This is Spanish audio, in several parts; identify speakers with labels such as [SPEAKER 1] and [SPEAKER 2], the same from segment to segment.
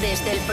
[SPEAKER 1] Desde el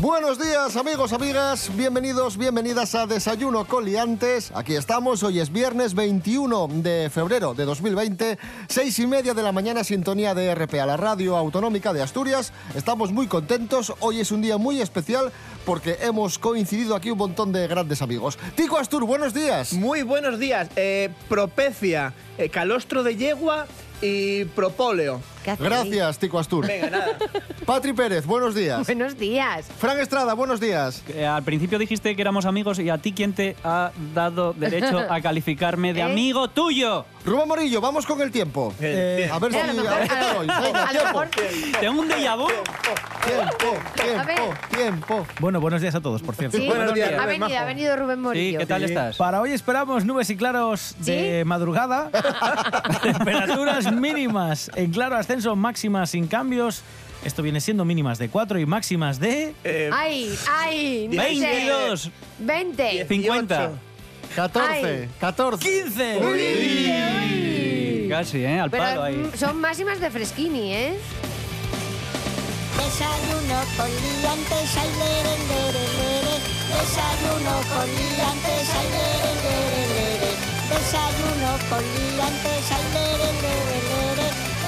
[SPEAKER 2] Buenos días amigos, amigas, bienvenidos, bienvenidas a Desayuno con Liantes. Aquí estamos, hoy es viernes 21 de febrero de 2020, seis y media de la mañana, sintonía de RPA, la radio autonómica de Asturias. Estamos muy contentos, hoy es un día muy especial porque hemos coincidido aquí un montón de grandes amigos. Tico Astur, buenos días.
[SPEAKER 3] Muy buenos días. Eh, propecia, eh, calostro de yegua y propóleo.
[SPEAKER 4] ¿Qué hace ahí?
[SPEAKER 2] Gracias, Tico Astur.
[SPEAKER 3] Venga, nada.
[SPEAKER 2] Patri Pérez, buenos días.
[SPEAKER 4] Buenos días.
[SPEAKER 2] Fran Estrada, buenos días.
[SPEAKER 5] Eh, al principio dijiste que éramos amigos y a ti quién te ha dado derecho a calificarme de
[SPEAKER 4] ¿Eh?
[SPEAKER 5] amigo tuyo.
[SPEAKER 2] Rubén Morillo, vamos con el tiempo.
[SPEAKER 3] Eh,
[SPEAKER 2] a ver si...
[SPEAKER 4] Eh, a lo mejor-
[SPEAKER 2] a ver qué tal hoy. Venga,
[SPEAKER 4] a lo
[SPEAKER 2] tiempo.
[SPEAKER 4] mejor-
[SPEAKER 5] Tengo un déjà vu.
[SPEAKER 2] Tiempo,
[SPEAKER 4] A ver.
[SPEAKER 2] tiempo, tiempo.
[SPEAKER 6] Bueno, buenos días a todos, por cierto.
[SPEAKER 4] sí,
[SPEAKER 3] Buenos días, Rubén
[SPEAKER 4] ha venido,
[SPEAKER 3] Majo.
[SPEAKER 4] ha venido Rubén
[SPEAKER 5] Sí,
[SPEAKER 4] Morillo.
[SPEAKER 5] ¿qué tal Eh,
[SPEAKER 6] Eh,
[SPEAKER 5] estás?
[SPEAKER 6] Para hoy esperamos nubes y claros de
[SPEAKER 4] ¿Sí?
[SPEAKER 6] madrugada, temperaturas mínimas en claro ascenso, máximas sin cambios. Esto viene siendo mínimas de 4 y máximas de...
[SPEAKER 3] eh,
[SPEAKER 4] Ay, ay, no sé. 20.
[SPEAKER 5] 22, 50.
[SPEAKER 2] 14,
[SPEAKER 4] Ay.
[SPEAKER 2] 14.
[SPEAKER 6] 15.
[SPEAKER 5] Casi, ¿eh? Al
[SPEAKER 4] Pero
[SPEAKER 5] palo ahí.
[SPEAKER 4] mm, son máximas de Fresquini, ¿eh?
[SPEAKER 7] Desayuno con liantes, ay, lere, lere, lere. Desayuno con liantes, ay, lere, lere, lere. Desayuno con liantes, ay, lere, lere, lere.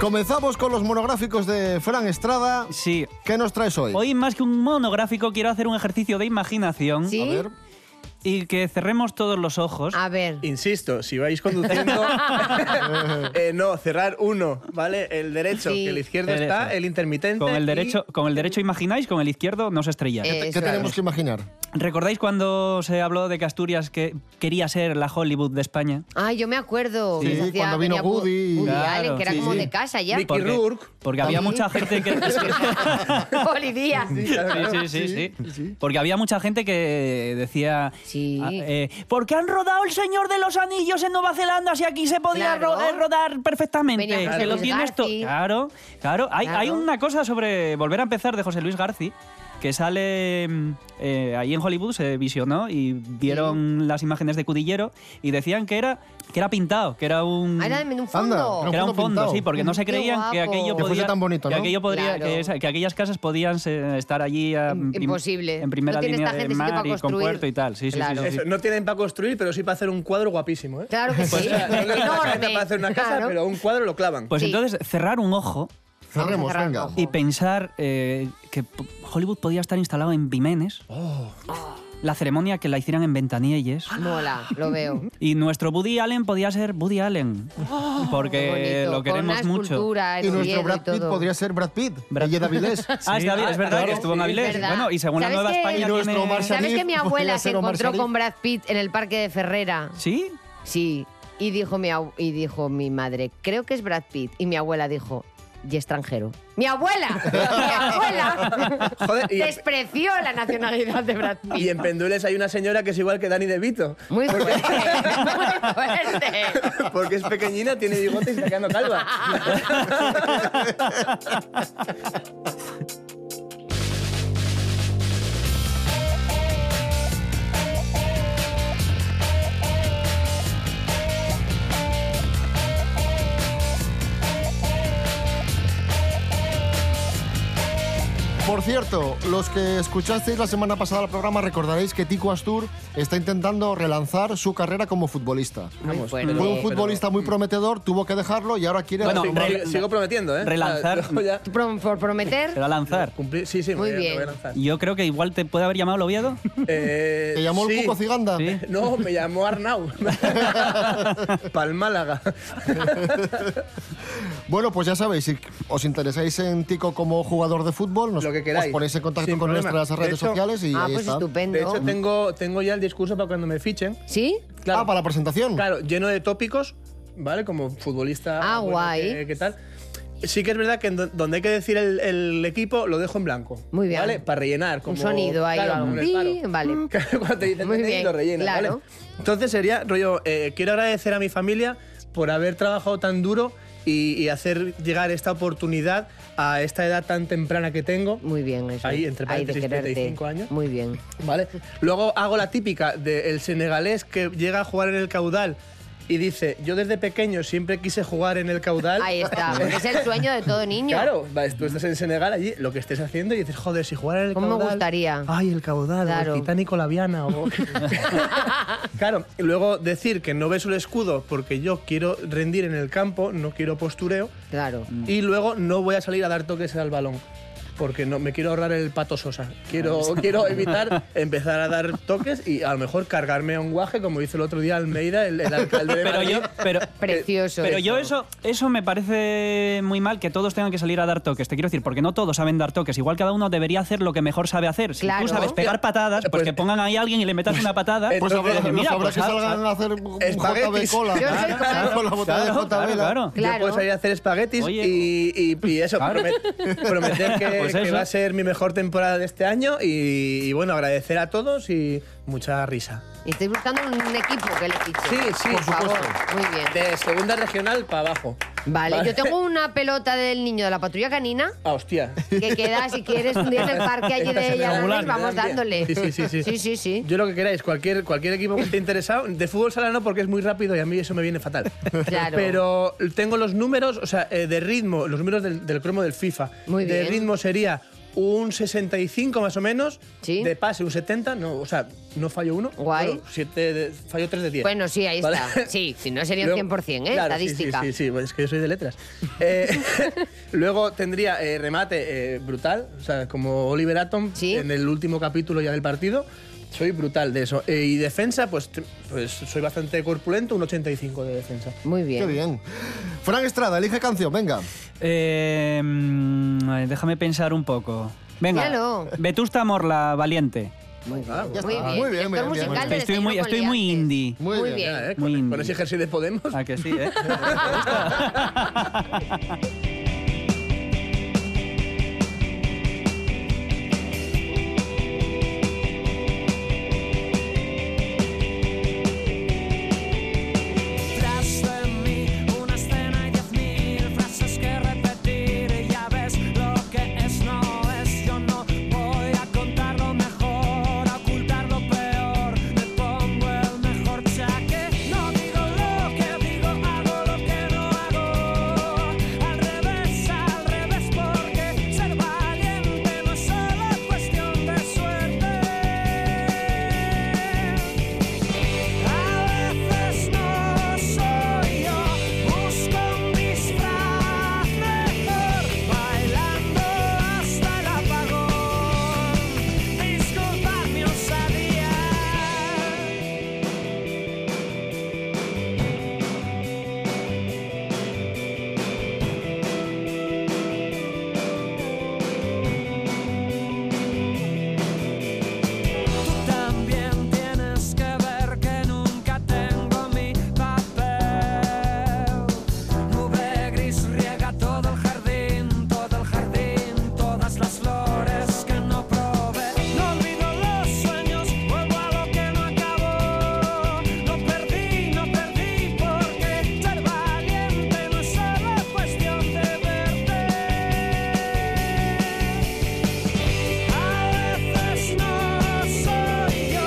[SPEAKER 2] Comenzamos con los monográficos de Fran Estrada.
[SPEAKER 5] Sí.
[SPEAKER 2] ¿Qué nos traes hoy?
[SPEAKER 5] Hoy más que un monográfico quiero hacer un ejercicio de imaginación
[SPEAKER 4] Sí.
[SPEAKER 2] A ver.
[SPEAKER 5] y que cerremos todos los ojos.
[SPEAKER 4] A ver.
[SPEAKER 3] Insisto, si vais conduciendo, eh, no, cerrar uno, ¿vale? El derecho,
[SPEAKER 4] Sí.
[SPEAKER 3] que el izquierdo
[SPEAKER 5] Derecho.
[SPEAKER 3] está, el intermitente.
[SPEAKER 5] Con el
[SPEAKER 3] y-
[SPEAKER 5] derecho, con el derecho imagináis, con el izquierdo nos estrelláis.
[SPEAKER 4] Eh,
[SPEAKER 2] ¿Qué
[SPEAKER 4] eso
[SPEAKER 2] tenemos
[SPEAKER 4] es.
[SPEAKER 2] que imaginar?
[SPEAKER 5] ¿Recordáis cuando se habló de que Asturias que quería ser la Hollywood de España?
[SPEAKER 4] Ay, yo me acuerdo.
[SPEAKER 2] Sí,
[SPEAKER 4] que se hacía-
[SPEAKER 2] cuando vino
[SPEAKER 4] venía Wo-
[SPEAKER 2] Woody.
[SPEAKER 4] Woody
[SPEAKER 5] Claro,
[SPEAKER 4] Allen, que era
[SPEAKER 5] sí,
[SPEAKER 4] como
[SPEAKER 5] sí.
[SPEAKER 4] de casa ya.
[SPEAKER 3] Vicky
[SPEAKER 5] Porque-
[SPEAKER 3] Rourke.
[SPEAKER 5] Porque había mucha gente que... es que-
[SPEAKER 4] Policía.
[SPEAKER 5] sí, sí, sí, sí. Porque había mucha gente que decía...
[SPEAKER 4] Sí.
[SPEAKER 5] ah, eh, ¿Por qué han rodado El Señor de los Anillos en Nueva Zelanda si aquí se podía
[SPEAKER 4] Claro.
[SPEAKER 5] ro- eh, rodar perfectamente?
[SPEAKER 4] Venía José
[SPEAKER 5] Que lo
[SPEAKER 4] Luis
[SPEAKER 5] tienes to-
[SPEAKER 4] Garci.
[SPEAKER 5] Claro, claro. Hay,
[SPEAKER 4] Claro.
[SPEAKER 5] hay una cosa sobre Volver a Empezar de José Luis Garci que sale mm, eh, ahí en Hollywood, se visionó y vieron las imágenes de Cudillero y decían que era, que era pintado, que era un...
[SPEAKER 4] Ah, era en un
[SPEAKER 2] Anda,
[SPEAKER 4] fondo.
[SPEAKER 2] no.
[SPEAKER 5] Que era un
[SPEAKER 2] fondo
[SPEAKER 5] fondo,
[SPEAKER 2] pintado.
[SPEAKER 5] sí, porque no se
[SPEAKER 4] Qué
[SPEAKER 5] creían que
[SPEAKER 4] guapo.
[SPEAKER 5] aquello
[SPEAKER 2] Que fuese
[SPEAKER 5] podía,
[SPEAKER 2] tan bonito,
[SPEAKER 5] que
[SPEAKER 2] ¿no?
[SPEAKER 5] aquello podría,
[SPEAKER 4] Claro.
[SPEAKER 5] que, esa- que aquellas casas podían se- estar allí a-
[SPEAKER 4] Im-
[SPEAKER 5] prim-
[SPEAKER 4] imposible.
[SPEAKER 5] en primera
[SPEAKER 4] No tiene
[SPEAKER 5] línea
[SPEAKER 4] esta
[SPEAKER 5] del
[SPEAKER 4] gente sitio
[SPEAKER 5] mar
[SPEAKER 4] para
[SPEAKER 5] y con
[SPEAKER 4] construir.
[SPEAKER 5] puerto y tal. Sí, sí, sí,
[SPEAKER 4] Claro.
[SPEAKER 5] sí, sí.
[SPEAKER 3] Eso, no tienen para construir, pero sí para hacer un cuadro guapísimo, ¿eh?
[SPEAKER 4] Claro que sí.
[SPEAKER 3] No
[SPEAKER 4] Enorme.
[SPEAKER 3] para hacer una casa,
[SPEAKER 4] Claro.
[SPEAKER 3] pero un cuadro lo clavan.
[SPEAKER 5] Pues
[SPEAKER 4] Sí. Oh.
[SPEAKER 5] entonces cerrar un ojo
[SPEAKER 4] Vamos a
[SPEAKER 2] Cerremos,
[SPEAKER 4] cerrar
[SPEAKER 2] venga.
[SPEAKER 4] los ojos.
[SPEAKER 5] y pensar eh, que p- Hollywood podía estar instalado en Vimenes. La ceremonia que la hicieran en Ventanielles.
[SPEAKER 4] Mola, lo veo.
[SPEAKER 5] Y nuestro Woody Allen podía ser Woody Allen. Porque
[SPEAKER 4] Oh, Qué bonito,
[SPEAKER 5] lo queremos
[SPEAKER 4] con una
[SPEAKER 5] mucho.
[SPEAKER 4] escultura en
[SPEAKER 2] Y nuestro
[SPEAKER 4] hierro
[SPEAKER 2] Brad Pitt
[SPEAKER 4] todo.
[SPEAKER 2] podría ser Brad Pitt,
[SPEAKER 5] Brad-
[SPEAKER 2] Brad... Avilés.
[SPEAKER 5] Ah, es, de Avilés, es verdad,
[SPEAKER 2] claro,
[SPEAKER 5] que estuvo en
[SPEAKER 4] sí, es
[SPEAKER 5] Avilés.
[SPEAKER 4] verdad.
[SPEAKER 5] Bueno, y según la
[SPEAKER 4] ¿Sabes
[SPEAKER 5] Nueva
[SPEAKER 4] qué?
[SPEAKER 5] España
[SPEAKER 2] Y nuestro
[SPEAKER 5] tiene-
[SPEAKER 2] Omar
[SPEAKER 4] ¿Sabes que mi
[SPEAKER 2] Sharif podría
[SPEAKER 4] abuela se
[SPEAKER 2] ser Omar
[SPEAKER 4] encontró
[SPEAKER 2] Sharif.
[SPEAKER 4] con Brad Pitt en el parque de Ferrera?
[SPEAKER 5] ¿Sí?
[SPEAKER 4] Sí. Y dijo mi, au- y dijo mi madre, creo que es Brad Pitt. Y mi abuela dijo, y extranjero. ¡Mi abuela! ¡Mi abuela!
[SPEAKER 3] Joder, y-
[SPEAKER 4] Despreció la nacionalidad de Brad Pitt.
[SPEAKER 3] Y en Pendules hay una señora que es igual que Dani De Vito.
[SPEAKER 4] Muy fuerte, muy fuerte.
[SPEAKER 3] Porque es pequeñina, tiene bigote y se está quedando calva.
[SPEAKER 2] Por cierto, los que escuchasteis la semana pasada el programa recordaréis que Tico Astur está intentando relanzar su carrera como futbolista.
[SPEAKER 4] Muy fuerte.
[SPEAKER 2] Fue un futbolista muy prometedor, tuvo que dejarlo y ahora quiere...
[SPEAKER 5] Bueno,
[SPEAKER 3] Sigo-
[SPEAKER 2] retomar-
[SPEAKER 5] re-
[SPEAKER 3] sigo prometiendo, ¿eh?
[SPEAKER 5] relanzar.
[SPEAKER 3] O sea, luego ya-
[SPEAKER 4] Prom- Por prometer,
[SPEAKER 5] Pero a lanzar.
[SPEAKER 3] Cumplir- Sí, sí,
[SPEAKER 4] Muy
[SPEAKER 3] me- me
[SPEAKER 4] bien.
[SPEAKER 3] voy a lanzar.
[SPEAKER 5] Yo creo que igual te puede haber llamado el Oviedo.
[SPEAKER 3] Eh,
[SPEAKER 2] ¿Te llamó
[SPEAKER 3] sí.
[SPEAKER 2] el Cuco Ciganda?
[SPEAKER 5] Sí.
[SPEAKER 3] No, me llamó Arnau. Pal Málaga.
[SPEAKER 2] Bueno, pues ya sabéis, si os interesáis en Tico como jugador de fútbol, nos
[SPEAKER 3] Lo que
[SPEAKER 2] os
[SPEAKER 3] queráis.
[SPEAKER 2] ponéis en contacto
[SPEAKER 3] Sin
[SPEAKER 2] con
[SPEAKER 3] problema.
[SPEAKER 2] nuestras
[SPEAKER 3] De
[SPEAKER 2] redes
[SPEAKER 3] hecho-
[SPEAKER 2] sociales y
[SPEAKER 4] ah,
[SPEAKER 2] ahí
[SPEAKER 4] pues
[SPEAKER 2] está.
[SPEAKER 4] estupendo.
[SPEAKER 3] De hecho, tengo, tengo ya el discurso Ah, para cuando me fichen.
[SPEAKER 4] ¿Sí?
[SPEAKER 3] Claro,
[SPEAKER 2] Ah, para la presentación.
[SPEAKER 3] claro, lleno de tópicos ¿vale? Como futbolista.
[SPEAKER 4] Ah,
[SPEAKER 3] bueno,
[SPEAKER 4] guay.
[SPEAKER 3] ¿qué, qué tal? Sí que es verdad que en do- donde hay que decir el, el equipo lo dejo en blanco.
[SPEAKER 4] Muy bien.
[SPEAKER 3] ¿Vale? Para rellenar. Como,
[SPEAKER 4] Un sonido ahí.
[SPEAKER 3] claro,
[SPEAKER 4] o algo.
[SPEAKER 3] como en el paro.
[SPEAKER 4] Pi, Vale.
[SPEAKER 3] Claro, cuando te dicen
[SPEAKER 4] Muy
[SPEAKER 3] DNI,
[SPEAKER 4] bien,
[SPEAKER 3] lo rellenas,
[SPEAKER 4] claro.
[SPEAKER 3] ¿vale? Entonces sería, rollo, eh, quiero agradecer a mi familia por haber trabajado tan duro y, y hacer llegar esta oportunidad a esta edad tan temprana que tengo.
[SPEAKER 4] Muy bien eso.
[SPEAKER 3] Ahí, entre
[SPEAKER 4] Hay de
[SPEAKER 3] paréntesis,
[SPEAKER 4] quererte.
[SPEAKER 3] 35 años.
[SPEAKER 4] Muy bien.
[SPEAKER 3] ¿vale? Luego hago la típica del senegalés que llega a jugar en el caudal y dice, yo desde pequeño siempre quise jugar en el caudal.
[SPEAKER 4] Ahí está. porque es el sueño de todo niño.
[SPEAKER 3] Claro, va, tú estás en Senegal allí, lo que estés haciendo y dices, joder, si jugara en el
[SPEAKER 4] ¿Cómo me
[SPEAKER 3] caudal.
[SPEAKER 4] gustaría?
[SPEAKER 3] Ay, el caudal,
[SPEAKER 4] Claro.
[SPEAKER 3] o el titánico la Viana. o- claro, y luego decir que no ves el escudo porque yo quiero rendir en el campo, no quiero postureo,
[SPEAKER 4] Claro.
[SPEAKER 3] y luego no voy a salir a dar toques al balón. Porque no, me quiero ahorrar el pato sosa. Quiero, quiero evitar empezar a dar toques y a lo mejor cargarme a un guaje, como hizo el otro día Almeida, el, el alcalde de
[SPEAKER 5] Pero
[SPEAKER 3] Madrid.
[SPEAKER 5] yo, pero,
[SPEAKER 4] Precioso.
[SPEAKER 5] pero yo eso, eso me parece muy mal que todos tengan que salir a dar toques. Te quiero decir, porque no todos saben dar toques. Igual cada uno debería hacer lo que mejor sabe hacer. Si
[SPEAKER 4] Claro.
[SPEAKER 5] tú sabes pegar patadas, pues,
[SPEAKER 3] Pues-
[SPEAKER 5] que pongan ahí a alguien y le metas una patada.
[SPEAKER 2] Pues
[SPEAKER 3] Entonces,
[SPEAKER 5] y
[SPEAKER 2] habrá,
[SPEAKER 5] dices,
[SPEAKER 2] nos habrá
[SPEAKER 5] pues,
[SPEAKER 2] que
[SPEAKER 5] ah,
[SPEAKER 2] salgan
[SPEAKER 5] ah,
[SPEAKER 2] a hacer un JB
[SPEAKER 3] espaguetis.
[SPEAKER 2] cola.
[SPEAKER 4] Yo soy como-
[SPEAKER 2] Con la botella
[SPEAKER 5] Claro,
[SPEAKER 2] de JB.
[SPEAKER 5] claro, claro.
[SPEAKER 4] Claro.
[SPEAKER 3] Yo puedo salir a hacer espaguetis
[SPEAKER 5] Oye,
[SPEAKER 3] y, y- y eso,
[SPEAKER 5] claro.
[SPEAKER 3] promet- prometer que,
[SPEAKER 5] Pues
[SPEAKER 3] que
[SPEAKER 5] eso.
[SPEAKER 3] va a ser mi mejor temporada de este año y, y bueno, agradecer a todos y mucha risa.
[SPEAKER 4] Y estoy buscando un equipo que le fiche.
[SPEAKER 3] Sí, sí,
[SPEAKER 4] Por
[SPEAKER 3] por
[SPEAKER 4] favor.
[SPEAKER 3] supuesto.
[SPEAKER 4] Muy bien.
[SPEAKER 3] De segunda regional para abajo.
[SPEAKER 4] Vale, yo tengo una pelota del niño de la patrulla canina
[SPEAKER 3] Ah, hostia.
[SPEAKER 4] que queda, si quieres, un día en el parque allí
[SPEAKER 3] Esta se
[SPEAKER 4] de
[SPEAKER 3] me da
[SPEAKER 4] ella.
[SPEAKER 3] volando,
[SPEAKER 4] Vamos
[SPEAKER 3] me da bien.
[SPEAKER 4] dándole.
[SPEAKER 3] ¿eh? Sí, sí, sí, sí.
[SPEAKER 4] Sí, sí, sí.
[SPEAKER 3] Yo lo que queráis, cualquier, cualquier equipo que esté interesado. De fútbol sala no, porque es muy rápido y a mí eso me viene fatal.
[SPEAKER 4] Claro.
[SPEAKER 3] Pero tengo los números, o sea, eh, de ritmo, los números del, del cromo del FIFA.
[SPEAKER 4] Muy
[SPEAKER 3] De
[SPEAKER 4] bien.
[SPEAKER 3] ritmo sería un 65 más o menos.
[SPEAKER 4] Sí.
[SPEAKER 3] De pase un 70, no, o sea, no fallo uno.
[SPEAKER 4] Guay.
[SPEAKER 3] bueno, siete de- fallo 3 de 10.
[SPEAKER 4] Bueno, sí, ahí
[SPEAKER 3] ¿Vale?
[SPEAKER 4] está. Sí, si no sería un
[SPEAKER 3] Luego-
[SPEAKER 4] 100%, ¿eh?
[SPEAKER 3] Claro, sí, sí,
[SPEAKER 4] Estadística.
[SPEAKER 3] Sí, sí, bueno, es que yo soy de letras. Eh, luego tendría eh, remate eh, brutal, o sea, como Oliver Atom
[SPEAKER 4] Sí.
[SPEAKER 3] en el último capítulo ya del partido. Soy brutal de eso. Eh, y defensa, pues, t- pues soy bastante corpulento, un 85 de defensa.
[SPEAKER 4] Muy
[SPEAKER 2] Qué
[SPEAKER 4] bien.
[SPEAKER 2] bien. Frank Estrada, elige canción, venga.
[SPEAKER 5] eh, mm, déjame pensar un poco. Venga,
[SPEAKER 4] Míralo.
[SPEAKER 5] Vetusta Morla, valiente.
[SPEAKER 3] Ah, pues,
[SPEAKER 4] Muy bien.
[SPEAKER 2] Muy bien,
[SPEAKER 4] Director
[SPEAKER 2] muy bien.
[SPEAKER 4] musical de
[SPEAKER 5] Estoy
[SPEAKER 4] Desayuno
[SPEAKER 5] muy,
[SPEAKER 4] con
[SPEAKER 5] estoy muy
[SPEAKER 4] Liantes.
[SPEAKER 5] indie.
[SPEAKER 2] Muy
[SPEAKER 4] Muy
[SPEAKER 2] bien.
[SPEAKER 4] bien.
[SPEAKER 3] ya, eh,
[SPEAKER 5] Muy
[SPEAKER 3] con, con
[SPEAKER 5] indie.
[SPEAKER 3] ese jersey de Podemos.
[SPEAKER 5] Ah, que sí, ¿eh?
[SPEAKER 8] Tras de mí una escena y diez mil frases que repetir y ya ves lo que es no es yo no voy a contarlo mejor a ocultarlo peor me pongo el mejor chaque no digo lo que digo hago lo que no hago al revés al revés porque ser valiente no es solo cuestión de suerte a veces no soy yo, busco un disfraz mejor, bailando hasta el apagón. Disculpa mi osadía. Tú también tienes que ver que nunca tengo mi papel. Nube gris riega todo el jardín, todo el jardín, todas las flores que no probé. No olvido los sueños, vuelvo a lo que no acabó. No perdí, no perdí, porque ser valiente no es solo cuestión de verte. A veces no soy yo,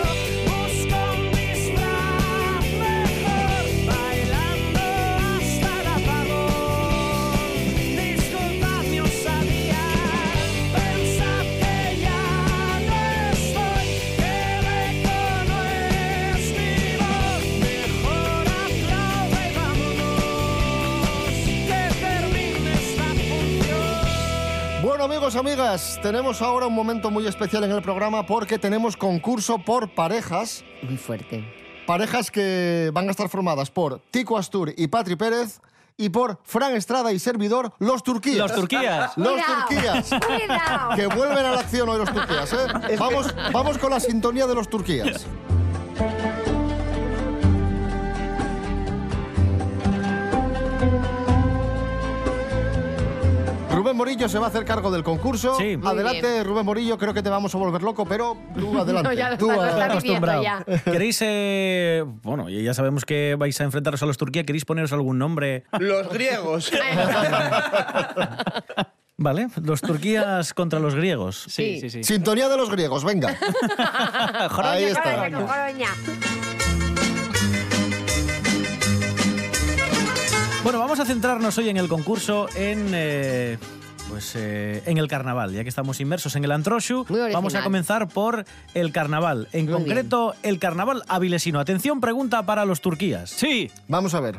[SPEAKER 8] busco un disfraz mejor, bailando hasta el apagón. Disculpa mi osadía, pensad que ya no estoy, que eco no es mi voz. Mejor aplaude y vámonos, que termine esta función.
[SPEAKER 2] Bueno, amigos, amigas, tenemos ahora un momento muy especial en el programa porque tenemos concurso por parejas.
[SPEAKER 4] Muy fuerte.
[SPEAKER 2] Parejas que van a estar formadas por Tico Astur y Patri Pérez y por Fran Estrada y servidor Los Turquías.
[SPEAKER 5] Los turquías.
[SPEAKER 2] Los
[SPEAKER 4] Cuidao.
[SPEAKER 2] Turquías.
[SPEAKER 4] Cuidao.
[SPEAKER 2] Que vuelven a la acción hoy los Turquías, ¿eh? Vamos, vamos con la sintonía de los Turquías. Rubén Morillo se va a hacer cargo del concurso.
[SPEAKER 6] Sí. Muy
[SPEAKER 2] Adelante,
[SPEAKER 4] bien.
[SPEAKER 2] Rubén Morillo, creo que te vamos a volver loco, pero tú adelante.
[SPEAKER 4] No, ya lo
[SPEAKER 2] tú
[SPEAKER 4] está- lo
[SPEAKER 2] adelante.
[SPEAKER 4] está viviendo
[SPEAKER 6] acostumbrado.
[SPEAKER 4] ya.
[SPEAKER 6] ¿Queréis, eh, bueno, ya ya sabemos que vais a enfrentaros a los Turquía, ¿queréis poneros algún nombre?
[SPEAKER 3] Los griegos.
[SPEAKER 6] Vale, los turquías contra los griegos.
[SPEAKER 5] Sí, sí, sí.
[SPEAKER 2] Sintonía de los griegos, venga. Ahí está.
[SPEAKER 4] Coroña, coroña.
[SPEAKER 6] Bueno, vamos a centrarnos hoy en el concurso en... eh, pues eh, en el carnaval, ya que estamos inmersos en el antroshu,
[SPEAKER 4] Muy original.
[SPEAKER 6] vamos a comenzar por el carnaval. En
[SPEAKER 4] Muy
[SPEAKER 6] concreto, el carnaval avilesino. Atención, pregunta para los turquías.
[SPEAKER 5] Sí.
[SPEAKER 2] Vamos a ver.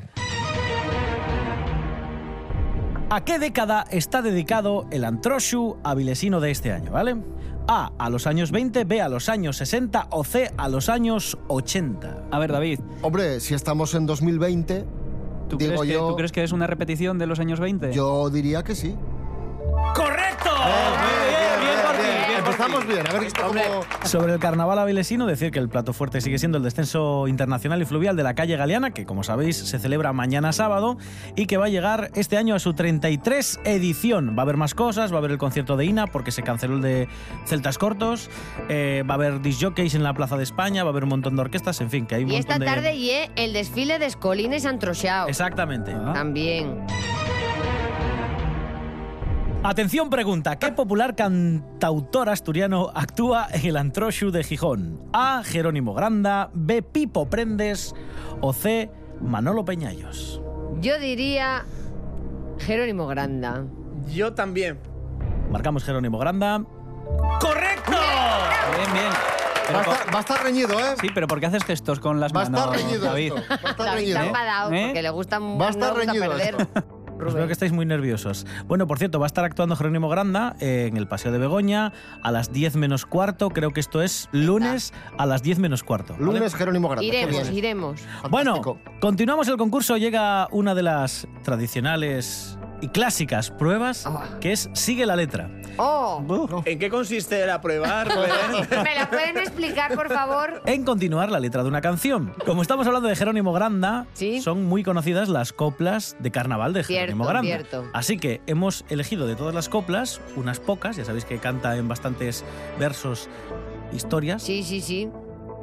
[SPEAKER 6] ¿A qué década está dedicado el Antroshu avilesino de este año, ¿vale? A, a los años 20, B, a los años 60 o C, a los años 80.
[SPEAKER 5] A ver, David,
[SPEAKER 2] Hombre, si estamos en 2020, Digo
[SPEAKER 5] ¿tú, crees que,
[SPEAKER 2] yo-
[SPEAKER 5] tú crees que es una repetición de los años 20?
[SPEAKER 2] yo diría que sí.
[SPEAKER 6] ¡Correcto!
[SPEAKER 2] Eh, Empezamos bien, a ver esto como...
[SPEAKER 6] Sobre el carnaval avilesino, decir que el plato fuerte sigue siendo el descenso internacional y fluvial de la calle Galeana, que como sabéis se celebra mañana sábado y que va a llegar este año a su 33 edición. Va a haber más cosas, va a haber el concierto de Ina porque se canceló el de Celtas Cortos, eh, va a haber disjockeys en la Plaza de España, va a haber un montón de orquestas, en fin, que hay un
[SPEAKER 4] Y
[SPEAKER 6] montón
[SPEAKER 4] esta
[SPEAKER 6] de...
[SPEAKER 4] tarde y eh, el desfile de Escolines Antrochao.
[SPEAKER 6] Exactamente.
[SPEAKER 4] Ah. También.
[SPEAKER 6] Atención pregunta, ¿qué popular cantautor asturiano actúa en el Antroshu de Gijón? A. Jerónimo Granda, B. Pipo Prendes o C. Manolo Peñallos.
[SPEAKER 4] Yo diría Jerónimo Granda.
[SPEAKER 3] Yo también.
[SPEAKER 6] Marcamos Jerónimo Granda. ¡Correcto!
[SPEAKER 5] Bien, bien.
[SPEAKER 2] Va a
[SPEAKER 5] Pero por-
[SPEAKER 2] estar, va a estar reñido, ¿eh?
[SPEAKER 5] Sí, pero ¿por qué haces gestos con las
[SPEAKER 2] Va a
[SPEAKER 5] manos,
[SPEAKER 2] estar reñido
[SPEAKER 5] David?
[SPEAKER 2] esto. Va a estar
[SPEAKER 4] David
[SPEAKER 2] reñido.
[SPEAKER 4] está enfadado
[SPEAKER 5] ¿Eh?
[SPEAKER 4] porque le gusta, mu-
[SPEAKER 2] Va a estar
[SPEAKER 4] no le gusta
[SPEAKER 2] reñido
[SPEAKER 4] perder.
[SPEAKER 2] esto.
[SPEAKER 6] Os Pues veo
[SPEAKER 4] Rubén.
[SPEAKER 6] que estáis muy nerviosos. Bueno, por cierto, va a estar actuando Jerónimo Granda eh, en el Paseo de Begoña a las 10 menos cuarto. Creo que esto es lunes a las 10 menos cuarto. ¿vale?
[SPEAKER 2] Lunes Jerónimo Grande.
[SPEAKER 4] Iremos,
[SPEAKER 2] Qué bien.
[SPEAKER 4] iremos.
[SPEAKER 2] Fantástico.
[SPEAKER 6] Bueno, continuamos el concurso. Llega una de las tradicionales y clásicas pruebas,
[SPEAKER 4] Ah.
[SPEAKER 6] que es Sigue la letra.
[SPEAKER 4] Oh,
[SPEAKER 3] ¿En qué consiste la prueba, Rubén?
[SPEAKER 4] ¿me la pueden explicar, por favor?
[SPEAKER 6] En continuar la letra de una canción. Como estamos hablando de Jerónimo Granda,
[SPEAKER 4] Sí.
[SPEAKER 6] son muy conocidas las coplas de carnaval de
[SPEAKER 4] Cierto,
[SPEAKER 6] Jerónimo Granda.
[SPEAKER 4] cierto.
[SPEAKER 6] Así que hemos elegido de todas las coplas unas pocas. Ya sabéis que canta en bastantes versos historias.
[SPEAKER 4] Sí, sí, sí.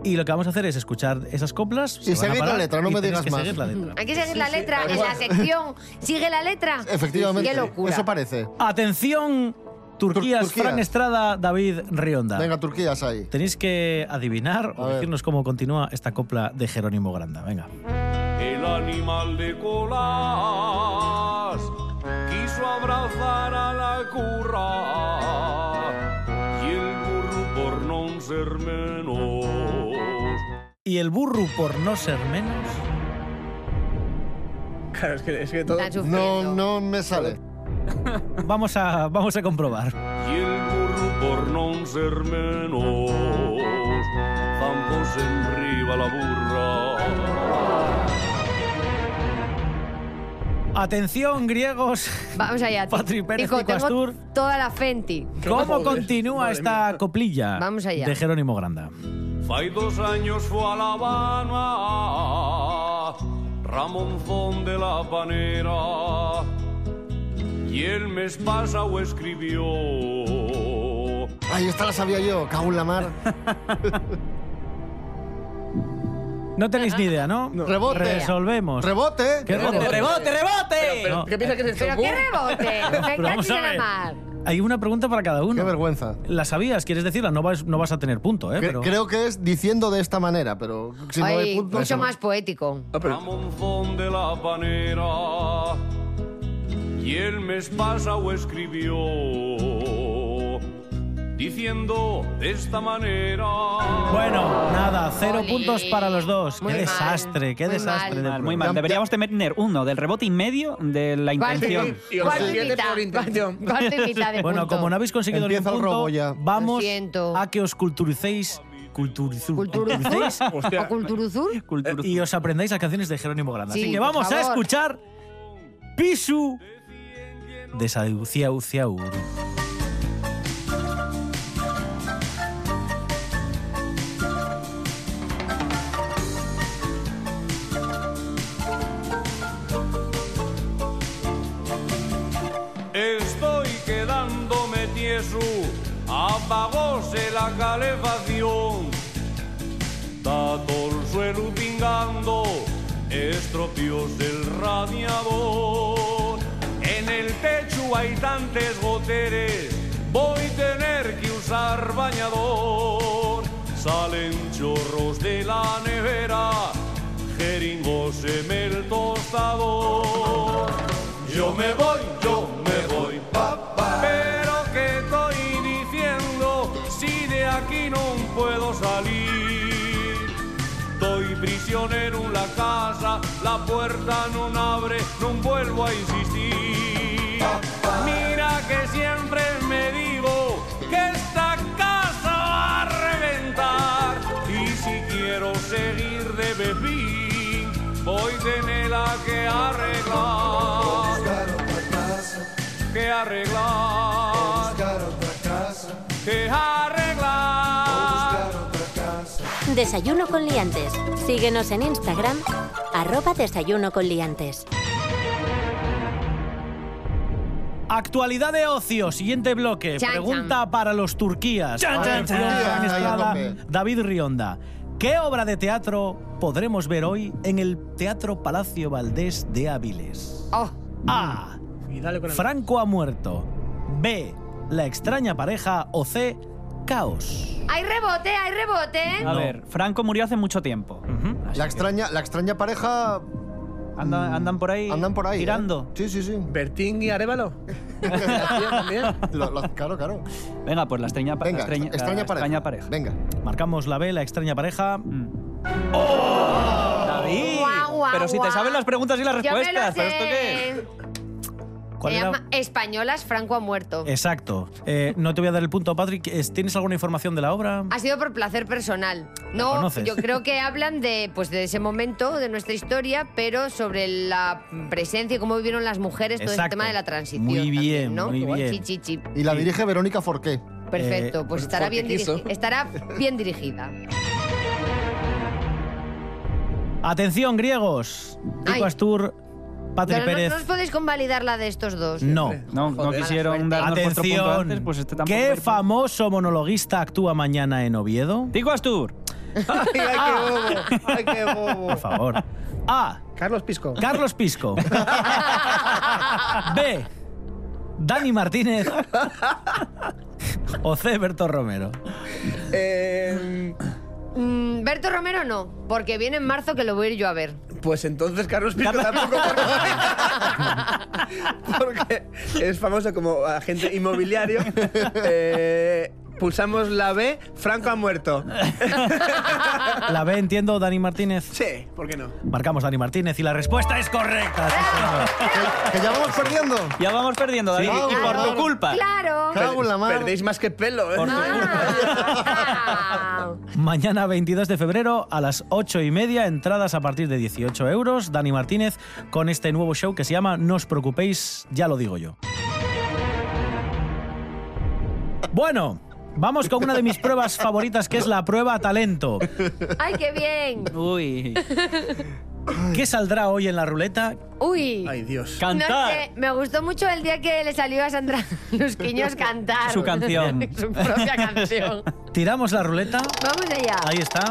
[SPEAKER 6] Y lo que vamos a hacer es escuchar esas coplas. se van a
[SPEAKER 2] seguir la
[SPEAKER 6] parar
[SPEAKER 2] letra, no
[SPEAKER 6] y
[SPEAKER 2] me
[SPEAKER 6] tenéis
[SPEAKER 2] digas
[SPEAKER 6] que
[SPEAKER 2] más.
[SPEAKER 6] seguir la letra.
[SPEAKER 4] Hay que seguir la
[SPEAKER 3] sí,
[SPEAKER 4] letra
[SPEAKER 3] tal
[SPEAKER 4] en la
[SPEAKER 3] cual.
[SPEAKER 4] sección. ¿Sigue la letra?
[SPEAKER 2] Efectivamente.
[SPEAKER 4] Qué locura.
[SPEAKER 2] Eso parece.
[SPEAKER 6] Atención, Turquías,
[SPEAKER 2] Turquías.
[SPEAKER 6] Fran Estrada, David Rionda.
[SPEAKER 2] Venga, Turquía es ahí.
[SPEAKER 6] Tenéis que adivinar
[SPEAKER 2] A
[SPEAKER 6] o
[SPEAKER 2] ver.
[SPEAKER 6] decirnos cómo continúa esta copla de Jerónimo Granda. Venga.
[SPEAKER 8] El animal de colas quiso abrazar a la curra y el burro por no ser menos
[SPEAKER 6] Y el burro por no ser menos.
[SPEAKER 3] Claro, es que, es que todo.
[SPEAKER 4] Están sufriendo.
[SPEAKER 2] No, no me sale.
[SPEAKER 6] Vamos a, vamos a comprobar.
[SPEAKER 8] y el burro por no ser menos zampos enriba la burra
[SPEAKER 6] Atención, griegos.
[SPEAKER 4] Vamos allá.
[SPEAKER 6] Patri Pérez
[SPEAKER 4] Tico,
[SPEAKER 6] y
[SPEAKER 4] tengo
[SPEAKER 6] Pastur.
[SPEAKER 4] toda la Fenty.
[SPEAKER 6] ¿Cómo
[SPEAKER 3] Madre
[SPEAKER 6] continúa
[SPEAKER 3] mía.
[SPEAKER 6] esta coplilla
[SPEAKER 4] Vamos allá.
[SPEAKER 6] de Jerónimo Granda?
[SPEAKER 8] Fai dos años fue a La Habana Ramonzón de la Panera y el mes pasado escribió
[SPEAKER 2] Ahí esta la sabía yo. Cago en la mar.
[SPEAKER 6] No tenéis ni idea, ¿no?
[SPEAKER 2] Rebote.
[SPEAKER 6] Resolvemos.
[SPEAKER 2] Rebote. ¿eh?
[SPEAKER 6] ¿Qué rebote? eh,
[SPEAKER 5] ¡Rebote, rebote!
[SPEAKER 6] No.
[SPEAKER 3] ¿Qué piensas que es
[SPEAKER 4] Pero
[SPEAKER 3] esto?
[SPEAKER 4] qué rebote. Me
[SPEAKER 6] Pero vamos
[SPEAKER 4] enganches
[SPEAKER 6] a
[SPEAKER 4] en la
[SPEAKER 6] ver.
[SPEAKER 4] mar.
[SPEAKER 6] Hay una pregunta para cada
[SPEAKER 2] Qué
[SPEAKER 6] uno.
[SPEAKER 2] vergüenza.
[SPEAKER 6] ¿La sabías? ¿Quieres decirla? No vas, no vas a tener punto, ¿eh?
[SPEAKER 2] Cre-
[SPEAKER 6] Pero-
[SPEAKER 2] Creo que es diciendo de esta manera, pero si no hay
[SPEAKER 4] Ay,
[SPEAKER 2] punto.
[SPEAKER 4] mucho más poético.
[SPEAKER 3] No, pero-
[SPEAKER 8] Ramonzón de la Panera y el mes pasado escribió diciendo de esta manera
[SPEAKER 6] Bueno, nada, cero
[SPEAKER 4] Jolín.
[SPEAKER 6] puntos para los dos.
[SPEAKER 4] Muy
[SPEAKER 6] qué
[SPEAKER 4] mal,
[SPEAKER 6] desastre, qué
[SPEAKER 4] muy
[SPEAKER 6] desastre.
[SPEAKER 4] mal.
[SPEAKER 6] de
[SPEAKER 5] Mal, muy
[SPEAKER 6] programa.
[SPEAKER 5] mal. Deberíamos tener uno del rebote y medio de la
[SPEAKER 4] Cuarto y-
[SPEAKER 5] intención.
[SPEAKER 3] Y os
[SPEAKER 4] cuarto y
[SPEAKER 3] siete
[SPEAKER 4] mitad,
[SPEAKER 3] por intención.
[SPEAKER 4] cuarto- cuarto y mitad de
[SPEAKER 6] Bueno,
[SPEAKER 4] punto.
[SPEAKER 6] como no habéis conseguido
[SPEAKER 2] Empieza
[SPEAKER 6] ningún
[SPEAKER 2] el robo
[SPEAKER 6] punto,
[SPEAKER 2] ya.
[SPEAKER 6] vamos
[SPEAKER 4] Lo siento.
[SPEAKER 6] a que os culturicéis, culturizu-
[SPEAKER 4] Culturuzur.
[SPEAKER 6] culturicéis,
[SPEAKER 4] ¿O Culturuzur?
[SPEAKER 6] eh,
[SPEAKER 5] Cultura-
[SPEAKER 6] y os aprendáis las canciones de Jerónimo Grande.
[SPEAKER 4] Sí,
[SPEAKER 6] Así que
[SPEAKER 4] por
[SPEAKER 6] vamos a
[SPEAKER 4] favor.
[SPEAKER 6] escuchar Pisu de Sauciau Ciau.
[SPEAKER 8] Estoy que Jesús apagóse la calefacción. Está todo el suelo pingando, estropeos del radiador. En el techo hay tantos goteres, voy a tener que usar bañador. Salen chorros de la nevera, jeringos en el tostador. Yo me voy, yo me voy, papá. Pero que estoy diciendo, si de aquí no puedo salir. Estoy prisionero en la casa, la puerta no abre, no vuelvo a insistir. Mira que siempre me digo que esta casa va a reventar. Y si quiero seguir de bebí, voy a tenerla que arreglar. Que arreglar. Que arreglar.
[SPEAKER 1] Desayuno con liantes. Síguenos en Instagram, arroba desayuno con liantes.
[SPEAKER 6] Actualidad de ocio, siguiente bloque.
[SPEAKER 4] Chan,
[SPEAKER 6] Pregunta para los turquías.
[SPEAKER 5] Chan, chan, chan.
[SPEAKER 6] Atención,
[SPEAKER 2] Ahí,
[SPEAKER 6] Estrada,
[SPEAKER 2] hombre.
[SPEAKER 6] David Rionda. ¿Qué obra de teatro podremos ver hoy en el Teatro Palacio Valdés de Áviles?
[SPEAKER 4] Oh,
[SPEAKER 6] A.
[SPEAKER 5] Mm,
[SPEAKER 3] Y dale con el-
[SPEAKER 6] Franco ha muerto. B. La extraña pareja. O C. Caos.
[SPEAKER 4] hay rebote, hay rebote.
[SPEAKER 5] A
[SPEAKER 6] No.
[SPEAKER 5] ver, Franco murió hace mucho tiempo.
[SPEAKER 6] Ujú.
[SPEAKER 5] Así
[SPEAKER 2] La
[SPEAKER 5] que
[SPEAKER 2] extraña, la extraña pareja
[SPEAKER 5] anda- andan por ahí.
[SPEAKER 2] andan por ahí. ¿eh?
[SPEAKER 5] Tirando.
[SPEAKER 2] Sí, sí, sí.
[SPEAKER 3] ¿Bertín y Arevalo? ¿También?
[SPEAKER 2] Lo- lo- claro, claro.
[SPEAKER 5] Venga, pues la extraña, pa- la
[SPEAKER 2] Venga,
[SPEAKER 5] extraña, la
[SPEAKER 2] extraña, pareja.
[SPEAKER 5] extraña pareja.
[SPEAKER 2] Venga.
[SPEAKER 6] Marcamos la B. La extraña pareja.
[SPEAKER 5] Mm. David,
[SPEAKER 4] Guau, guau,
[SPEAKER 5] pero si te
[SPEAKER 4] guau.
[SPEAKER 5] saben las preguntas y las
[SPEAKER 4] Yo me
[SPEAKER 5] respuestas,
[SPEAKER 4] lo
[SPEAKER 5] ¿pero esto qué? es?
[SPEAKER 4] sé.
[SPEAKER 6] ¿Cuál
[SPEAKER 4] Se
[SPEAKER 6] era?
[SPEAKER 4] llama Españolas, Franco ha muerto.
[SPEAKER 6] Exacto. Eh, no te voy a dar el punto, Patrick. Es- ¿Tienes alguna información de la obra?
[SPEAKER 4] Ha sido por placer personal.
[SPEAKER 6] La
[SPEAKER 4] No,
[SPEAKER 6] conoces.
[SPEAKER 4] yo creo que hablan de, pues, de ese momento, de nuestra historia, pero sobre la presencia y cómo vivieron las mujeres todo el
[SPEAKER 6] Exacto.
[SPEAKER 4] tema de la transición.
[SPEAKER 6] Muy
[SPEAKER 4] también,
[SPEAKER 6] bien,
[SPEAKER 4] ¿no?
[SPEAKER 6] muy bien.
[SPEAKER 4] Sí, sí, sí.
[SPEAKER 2] Y la dirige Verónica Forqué.
[SPEAKER 4] Perfecto,
[SPEAKER 6] Eh,
[SPEAKER 4] pues
[SPEAKER 3] pues
[SPEAKER 4] estará
[SPEAKER 3] porque
[SPEAKER 4] bien,
[SPEAKER 3] quiso.
[SPEAKER 4] dirigi- estará bien dirigida.
[SPEAKER 6] Atención, griegos.
[SPEAKER 4] Ay.
[SPEAKER 6] Tico Astur, Patri
[SPEAKER 4] Pero no-
[SPEAKER 6] Pérez.
[SPEAKER 4] no, os podéis convalidar la de estos dos.
[SPEAKER 6] No.
[SPEAKER 5] No, no
[SPEAKER 3] Joder.
[SPEAKER 5] quisieron
[SPEAKER 4] Mala
[SPEAKER 5] darnos vuestro punto antes,
[SPEAKER 6] Atención.
[SPEAKER 5] pues este tampoco.
[SPEAKER 6] ¿Qué
[SPEAKER 5] vale.
[SPEAKER 6] famoso monologuista actúa mañana en Oviedo?
[SPEAKER 5] Tico Astur.
[SPEAKER 3] ¡Ay, qué bobo! ¡Ay, qué bobo!
[SPEAKER 6] Ah. Por favor. A.
[SPEAKER 3] Carlos Pisco.
[SPEAKER 6] Carlos Pisco. B. Dani Martínez. O C. Berto Romero.
[SPEAKER 3] Eh,
[SPEAKER 4] Mm, Berto Romero no, porque viene en marzo que lo voy a ir yo a ver.
[SPEAKER 3] pues entonces Carlos Pisco tampoco porque, porque es famoso como agente inmobiliario. Eh, pulsamos la B, Franco ha muerto.
[SPEAKER 6] La B entiendo, Dani Martínez.
[SPEAKER 3] Sí, ¿por qué no?
[SPEAKER 6] Marcamos Dani Martínez y la respuesta es correcta. sí, señor.
[SPEAKER 2] Que ya vamos perdiendo.
[SPEAKER 5] Ya vamos perdiendo, David,
[SPEAKER 2] vamos,
[SPEAKER 5] y por
[SPEAKER 2] vamos.
[SPEAKER 5] tu culpa.
[SPEAKER 4] ¡Claro!
[SPEAKER 2] Cago en la mar.
[SPEAKER 3] Perdéis más que pelo. ¿eh?
[SPEAKER 4] Ah,
[SPEAKER 6] Mañana 22 de febrero a las 8 y media, entradas a partir de 18 euros. Dani Martínez con este nuevo show que se llama No os preocupéis, ya lo digo yo. Bueno, vamos con una de mis pruebas favoritas que es la prueba talento.
[SPEAKER 4] ¡Ay, qué bien!
[SPEAKER 5] Uy,
[SPEAKER 6] ¿Qué saldrá hoy en la ruleta?
[SPEAKER 4] ¡Uy!
[SPEAKER 3] Ay, Dios.
[SPEAKER 4] No
[SPEAKER 5] cantar.
[SPEAKER 4] sé, me gustó mucho el día que le salió a Sandra Quiños cantar.
[SPEAKER 5] Su canción.
[SPEAKER 4] Su propia canción.
[SPEAKER 6] Tiramos la ruleta.
[SPEAKER 4] Vamos allá.
[SPEAKER 6] Ahí está.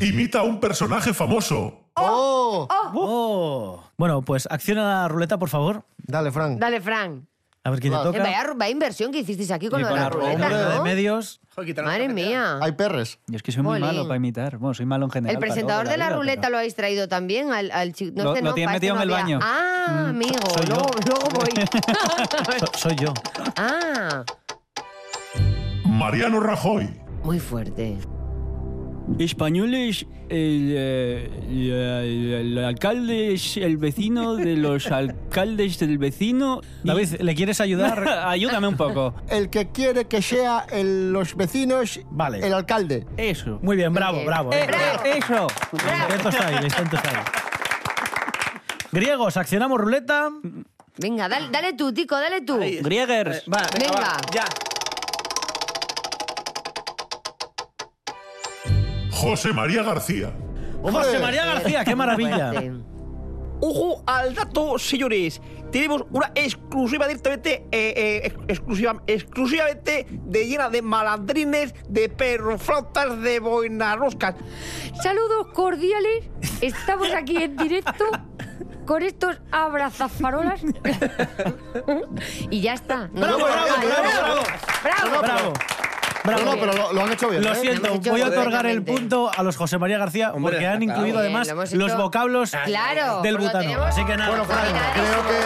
[SPEAKER 9] Imita a un personaje famoso.
[SPEAKER 2] ¡Oh!
[SPEAKER 4] Uh.
[SPEAKER 6] Oh. Bueno, pues acciona la ruleta, por favor.
[SPEAKER 2] Dale, Frank.
[SPEAKER 4] Dale, Fran.
[SPEAKER 6] A ver quién te
[SPEAKER 2] Claro.
[SPEAKER 4] Eh, vaya,
[SPEAKER 6] toca.
[SPEAKER 4] vaya inversión que hicisteis aquí con
[SPEAKER 5] Y
[SPEAKER 4] lo de
[SPEAKER 5] con
[SPEAKER 4] la
[SPEAKER 5] la
[SPEAKER 4] ruleta,
[SPEAKER 5] ruleta
[SPEAKER 6] Número de
[SPEAKER 4] ¿no?
[SPEAKER 6] medios.
[SPEAKER 3] Joder, quitaron
[SPEAKER 4] Madre
[SPEAKER 3] la cartera.
[SPEAKER 4] mía.
[SPEAKER 2] Hay perres.
[SPEAKER 5] Yo es que soy muy
[SPEAKER 4] Jolín.
[SPEAKER 5] malo para imitar. Bueno, soy malo en general.
[SPEAKER 4] El presentador de la ruleta lo habéis traído también al, al chico. No,
[SPEAKER 5] Lo-
[SPEAKER 4] este
[SPEAKER 5] lo
[SPEAKER 4] no,
[SPEAKER 5] tiene
[SPEAKER 4] para este
[SPEAKER 5] metido
[SPEAKER 4] no
[SPEAKER 5] en el
[SPEAKER 4] había.
[SPEAKER 5] baño. Mm,
[SPEAKER 4] Ah, amigo.
[SPEAKER 6] soy yo.
[SPEAKER 4] Luego, luego
[SPEAKER 6] So-
[SPEAKER 4] voy.
[SPEAKER 6] soy yo.
[SPEAKER 4] ah,
[SPEAKER 9] Mariano Rajoy.
[SPEAKER 4] muy fuerte.
[SPEAKER 5] Español es el, alcalde, es el vecino de los alcaldes del vecino.
[SPEAKER 6] David, ¿le quieres ayudar?
[SPEAKER 5] ayúdame un poco.
[SPEAKER 2] El que quiere que sea el- los vecinos,
[SPEAKER 6] Vale.
[SPEAKER 2] el alcalde.
[SPEAKER 5] Eso.
[SPEAKER 6] Muy bien, bravo,
[SPEAKER 4] bien.
[SPEAKER 6] bravo.
[SPEAKER 5] Eh,
[SPEAKER 6] eh.
[SPEAKER 4] Bravo.
[SPEAKER 5] eh, eso.
[SPEAKER 6] El intento está ahí, el intento está ahí. Griegos, accionamos ruleta.
[SPEAKER 4] Venga, dale, dale tú, Tico, dale tú.
[SPEAKER 3] Ahí. Eh,
[SPEAKER 5] Griegers.
[SPEAKER 3] va, venga,
[SPEAKER 4] Venga.
[SPEAKER 3] va, ya.
[SPEAKER 9] José María García.
[SPEAKER 6] José María García, qué maravilla.
[SPEAKER 4] Fuerte.
[SPEAKER 10] Ojo al dato, señores. Tenemos una exclusiva directamente, eh, eh, ex- exclusiva, exclusivamente de llena de malandrines, de perroflautas, de boinarroscas.
[SPEAKER 11] Saludos cordiales. Estamos aquí en directo con estos abrazafarolas.
[SPEAKER 4] Y ya está. No,
[SPEAKER 2] Bravo,
[SPEAKER 4] no,
[SPEAKER 2] bravo,
[SPEAKER 4] no,
[SPEAKER 2] bravo,
[SPEAKER 4] no,
[SPEAKER 2] bravo.
[SPEAKER 4] bravo.
[SPEAKER 2] No, no,
[SPEAKER 6] Bravo.
[SPEAKER 2] pero-
[SPEAKER 6] Bravo.
[SPEAKER 2] no, no, pero lo, lo han hecho bien.
[SPEAKER 6] Lo
[SPEAKER 2] ¿eh?
[SPEAKER 6] siento,
[SPEAKER 4] hemos hecho
[SPEAKER 6] voy a otorgar el
[SPEAKER 4] correctamente.
[SPEAKER 6] punto a los José María García
[SPEAKER 3] Hombre,
[SPEAKER 6] porque han
[SPEAKER 3] claro.
[SPEAKER 6] incluido
[SPEAKER 4] Bien,
[SPEAKER 6] además
[SPEAKER 4] lo hemos hecho-
[SPEAKER 6] los vocablos
[SPEAKER 4] Claro,
[SPEAKER 6] del
[SPEAKER 4] porque lo
[SPEAKER 6] butano.
[SPEAKER 4] tenemos-
[SPEAKER 6] Así que nada.
[SPEAKER 2] Bueno, Fran,
[SPEAKER 4] Claro.
[SPEAKER 2] creo que.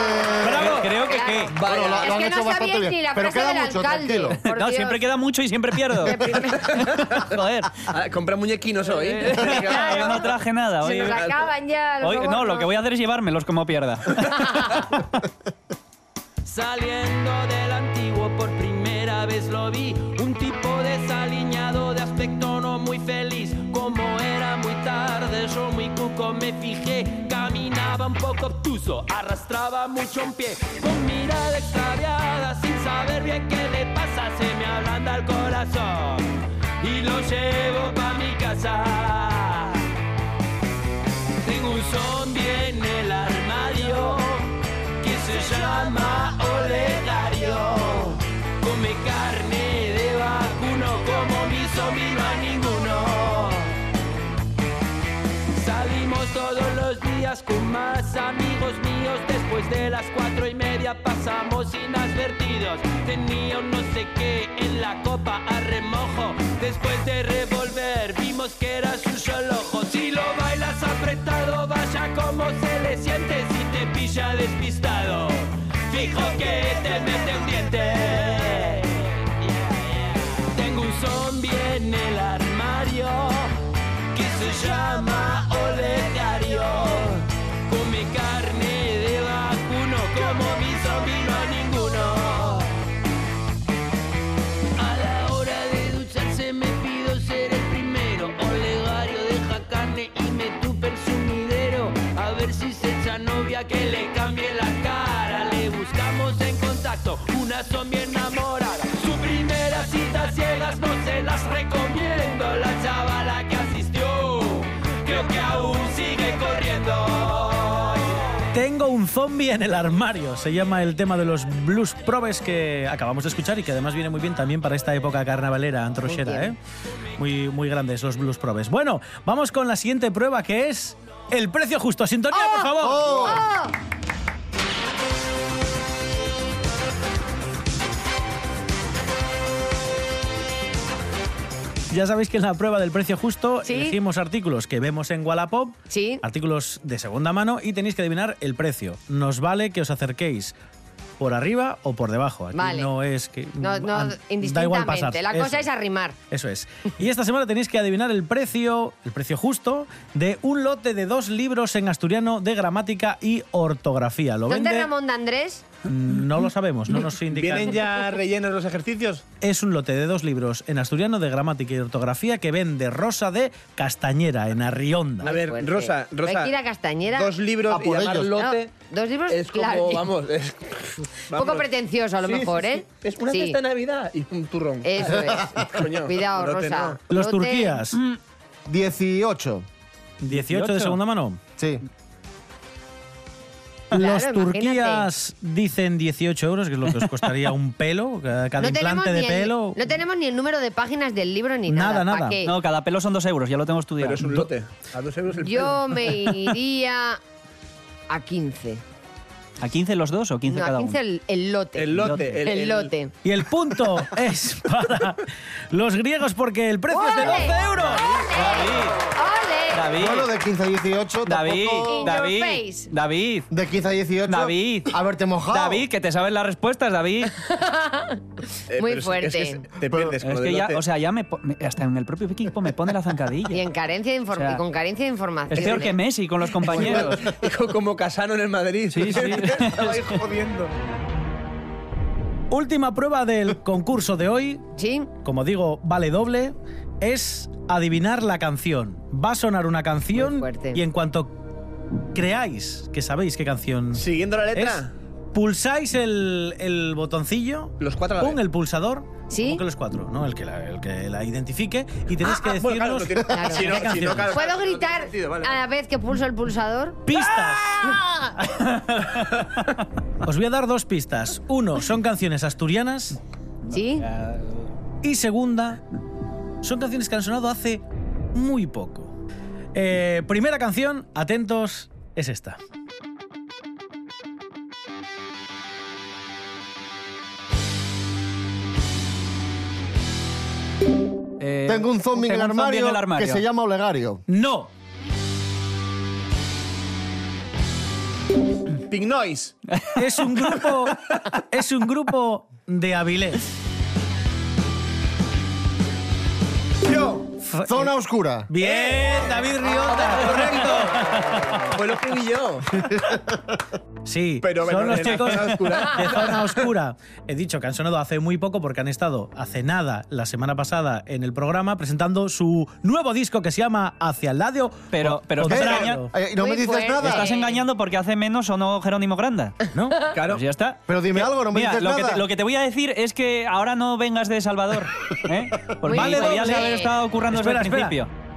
[SPEAKER 6] Bravo.
[SPEAKER 12] Creo que
[SPEAKER 4] Claro.
[SPEAKER 12] qué.
[SPEAKER 2] Bueno, lo- lo han
[SPEAKER 11] es que
[SPEAKER 2] hecho
[SPEAKER 11] no
[SPEAKER 2] bastante
[SPEAKER 11] sabíais
[SPEAKER 2] bien,
[SPEAKER 11] ni la
[SPEAKER 2] pero
[SPEAKER 11] frase
[SPEAKER 2] queda
[SPEAKER 11] del
[SPEAKER 2] mucho,
[SPEAKER 11] alcalde.
[SPEAKER 2] tranquilo.
[SPEAKER 11] por
[SPEAKER 12] No,
[SPEAKER 11] Dios.
[SPEAKER 12] siempre queda mucho y siempre pierdo. Joder.
[SPEAKER 3] Ah, Compra muñequinos hoy.
[SPEAKER 2] Eh,
[SPEAKER 12] Yo no traje nada.
[SPEAKER 11] Se
[SPEAKER 12] Hoy,
[SPEAKER 11] nos acaban ya. los
[SPEAKER 12] hoy- no, lo
[SPEAKER 11] sobornos.
[SPEAKER 12] que voy a hacer es llevármelos como pierda.
[SPEAKER 5] Saliendo del antiguo por primera vez lo vi, un tipo desaliñado de aspecto no muy feliz. Como era muy tarde, yo muy cuco me fijé, caminaba un poco obtuso, arrastraba mucho un pie, con mirada extraviada, sin saber bien qué le pasa, se me ablanda el corazón y lo llevo pa' mi casa. Tengo un zombie en el armario que se llama Olegario. Come carne de vacuno, como mi zombie no hay ninguno. Salimos todos los días con más amigos míos. Después de las cuatro y media pasamos inadvertidos. Tenía un no sé qué en la copa a remojo. Después de revolver vimos que era suyo el ojo. Si lo bailas apretado, vaya como se le siente. Si te pilla despistado, fijo que te mete un diente. Tengo un zombie en el armario que se llama Olegario. Come carne de vacuno, como mi zombie no hay ninguno. A la hora de ducharse me pido ser el primero. Olegario deja carne y me tupe el sumidero. A ver si se echa novia que le cambie la cara. Le buscamos en contacto una zombie enamorada. Su primera cita ciegas no se las recomiendo. La chavala que asistió creo que aún sigue corriendo.
[SPEAKER 6] Tengo un zombie en el armario. Se llama el tema de los blues probes que acabamos de escuchar y que además viene muy bien también para esta época carnavalera, antrochera, ¿eh? Muy, muy grandes los blues probes. Bueno, vamos con la siguiente prueba que es el precio justo. Sintonía, por favor.
[SPEAKER 2] ¡Oh!
[SPEAKER 6] Ya sabéis que en la prueba del precio justo
[SPEAKER 4] Sí.
[SPEAKER 6] elegimos artículos que vemos en Wallapop,
[SPEAKER 4] Sí.
[SPEAKER 6] artículos de segunda mano y tenéis que adivinar el precio. Nos vale que os acerquéis por arriba o por debajo. Aquí
[SPEAKER 4] Vale.
[SPEAKER 6] no es que
[SPEAKER 4] No, no,
[SPEAKER 6] Mm, an- da igual pasar.
[SPEAKER 4] indistintamente. La
[SPEAKER 6] Eso
[SPEAKER 4] cosa es arrimar.
[SPEAKER 6] Eso es. Y esta semana tenéis que adivinar el precio, el precio justo, de un lote de dos libros en asturiano de gramática y ortografía. Lo
[SPEAKER 4] ¿Dónde
[SPEAKER 6] vende-
[SPEAKER 4] Ramón de Andrés?
[SPEAKER 6] No lo sabemos, no nos indican.
[SPEAKER 3] ¿Vienen ya rellenos los ejercicios?
[SPEAKER 6] Es un lote de dos libros en asturiano de gramática y ortografía que vende Rosa de Castañera en Arrionda.
[SPEAKER 3] A ver,
[SPEAKER 10] Pues, eh,
[SPEAKER 4] fuerte.
[SPEAKER 3] Rosa, Rosa.
[SPEAKER 4] Shakira Castañera.
[SPEAKER 3] Dos libros
[SPEAKER 2] A
[SPEAKER 3] y
[SPEAKER 2] por
[SPEAKER 3] llamar
[SPEAKER 2] ellos.
[SPEAKER 3] lote.
[SPEAKER 4] No, dos libros,
[SPEAKER 3] Es como,
[SPEAKER 4] claro.
[SPEAKER 3] vamos, es-
[SPEAKER 4] Un poco
[SPEAKER 3] vamos.
[SPEAKER 4] pretencioso a lo
[SPEAKER 3] Sí,
[SPEAKER 4] mejor,
[SPEAKER 3] sí, sí.
[SPEAKER 4] ¿eh?
[SPEAKER 3] Es una
[SPEAKER 4] Sí.
[SPEAKER 3] fiesta de Navidad y un turrón.
[SPEAKER 4] Eso es.
[SPEAKER 3] Coño,
[SPEAKER 4] Cuidado,
[SPEAKER 3] brote
[SPEAKER 4] Rosa.
[SPEAKER 6] Los
[SPEAKER 4] Brote.
[SPEAKER 6] Turquías,
[SPEAKER 2] 18.
[SPEAKER 6] 18 de
[SPEAKER 12] 18.
[SPEAKER 6] segunda mano.
[SPEAKER 2] Sí.
[SPEAKER 4] Claro,
[SPEAKER 6] Los
[SPEAKER 4] imagínate.
[SPEAKER 6] Turquías dicen 18 euros, que es lo que os costaría un pelo, cada cada
[SPEAKER 4] No tenemos,
[SPEAKER 6] implante
[SPEAKER 4] ni
[SPEAKER 6] de
[SPEAKER 4] el,
[SPEAKER 6] pelo.
[SPEAKER 4] no tenemos ni el número de páginas del libro ni nada.
[SPEAKER 6] Nada, nada.
[SPEAKER 4] ¿Pa' qué?
[SPEAKER 12] No, cada pelo son dos euros, ya lo tengo estudiado.
[SPEAKER 3] Pero es un lote. A dos euros el pelo.
[SPEAKER 4] Yo me iría a 15.
[SPEAKER 12] ¿A 15 los dos o 15
[SPEAKER 4] No, a
[SPEAKER 12] cada
[SPEAKER 4] 15
[SPEAKER 12] uno?
[SPEAKER 4] el, el lote.
[SPEAKER 3] El lote, el- el-
[SPEAKER 4] lote.
[SPEAKER 6] Y el punto es para los griegos porque el precio es de
[SPEAKER 4] ¡Ole!
[SPEAKER 6] 12 euros.
[SPEAKER 4] ¡Ole!
[SPEAKER 12] David,
[SPEAKER 2] Bueno, de 15 a 18
[SPEAKER 12] David,
[SPEAKER 2] tampoco...
[SPEAKER 12] David,
[SPEAKER 4] In your face.
[SPEAKER 12] David,
[SPEAKER 2] De 15 a 18...
[SPEAKER 12] David.
[SPEAKER 2] Haberte mojado.
[SPEAKER 12] David, que te sabes las respuestas, David.
[SPEAKER 4] Muy
[SPEAKER 3] eh, pero es-
[SPEAKER 4] fuerte.
[SPEAKER 3] es que se- te pierdes con
[SPEAKER 12] Es
[SPEAKER 3] el
[SPEAKER 12] que ya,
[SPEAKER 3] lote.
[SPEAKER 12] o sea, ya me, po- me- hasta en el propio equipo me pone la zancadilla.
[SPEAKER 4] Y, en carencia de inform-
[SPEAKER 12] O sea,
[SPEAKER 4] y con carencia de información.
[SPEAKER 12] Es peor que Messi con los compañeros.
[SPEAKER 3] Hijo, como Casano en el Madrid.
[SPEAKER 12] Sí, sí.
[SPEAKER 3] Estaba ahí jodiendo.
[SPEAKER 6] Última prueba del concurso de hoy,
[SPEAKER 4] Sí.
[SPEAKER 6] como digo, vale doble, es adivinar la canción. Va a sonar una
[SPEAKER 4] Muy
[SPEAKER 6] canción
[SPEAKER 4] fuerte.
[SPEAKER 6] y en cuanto creáis que sabéis qué canción
[SPEAKER 3] Siguiendo la
[SPEAKER 6] es,
[SPEAKER 3] letra.
[SPEAKER 6] pulsáis el, el botoncillo
[SPEAKER 3] Los cuatro a la
[SPEAKER 6] con
[SPEAKER 3] vez.
[SPEAKER 6] el pulsador
[SPEAKER 4] ¿Sí?
[SPEAKER 6] Como que los cuatro, ¿no? El que la, el que la identifique y tenéis
[SPEAKER 13] Ah,
[SPEAKER 6] que
[SPEAKER 13] ah,
[SPEAKER 6] decirnos
[SPEAKER 13] bueno, claro, lo tiene-
[SPEAKER 4] Claro.
[SPEAKER 13] si no- si no,
[SPEAKER 6] canciones.
[SPEAKER 13] claro,
[SPEAKER 4] ¿Puedo
[SPEAKER 13] claro, no tiene
[SPEAKER 4] gritar
[SPEAKER 13] sentido, vale,
[SPEAKER 4] a
[SPEAKER 13] vale.
[SPEAKER 4] la vez que pulso el pulsador?
[SPEAKER 6] pistas.
[SPEAKER 4] ¡Ah!
[SPEAKER 6] Os voy a dar dos pistas. Uno, son canciones asturianas
[SPEAKER 4] ¿Sí?
[SPEAKER 6] y segunda, son canciones que han sonado hace muy poco. Eh, primera canción, atentos, es esta.
[SPEAKER 5] Eh,
[SPEAKER 2] Tengo un zombie en el
[SPEAKER 5] tengo un zombie
[SPEAKER 2] armario,
[SPEAKER 5] en el armario.
[SPEAKER 2] que se llama Olegario.
[SPEAKER 6] No.
[SPEAKER 13] Pink Noise.
[SPEAKER 6] Es un grupo, es un grupo de Avilés.
[SPEAKER 13] Yo.
[SPEAKER 6] F-
[SPEAKER 2] Zona oscura.
[SPEAKER 6] Bien, David Riota, correcto.
[SPEAKER 13] Pues lo escribí yo.
[SPEAKER 6] Sí,
[SPEAKER 13] Pero menos
[SPEAKER 6] son los
[SPEAKER 13] en la
[SPEAKER 6] chicos
[SPEAKER 13] zona oscura.
[SPEAKER 6] de Zona Oscura. He dicho que han sonado hace muy poco porque han estado hace nada la semana pasada en el programa presentando su nuevo disco que se llama Hacia el Ladio.
[SPEAKER 5] Pero- pero
[SPEAKER 2] Eh,
[SPEAKER 5] Otra
[SPEAKER 6] Contrario,
[SPEAKER 5] año.
[SPEAKER 2] eh, no
[SPEAKER 4] Muy
[SPEAKER 2] me dices
[SPEAKER 4] fuerte.
[SPEAKER 2] nada.
[SPEAKER 5] Estás
[SPEAKER 4] Eh.
[SPEAKER 5] engañando porque hace menos o no Jerónimo Granda.
[SPEAKER 2] Eh,
[SPEAKER 6] ¿no?
[SPEAKER 5] Claro. Pues ya está.
[SPEAKER 2] Pero dime algo, no me
[SPEAKER 5] Mira,
[SPEAKER 2] dices
[SPEAKER 5] lo que,
[SPEAKER 2] nada.
[SPEAKER 5] te, lo que te voy a decir es que ahora no vengas de Salvador. ¿eh? Porque
[SPEAKER 4] Muy
[SPEAKER 5] podías
[SPEAKER 4] bien.
[SPEAKER 5] haber estado currando desde
[SPEAKER 6] Espera,
[SPEAKER 5] el
[SPEAKER 6] espera.
[SPEAKER 5] principio.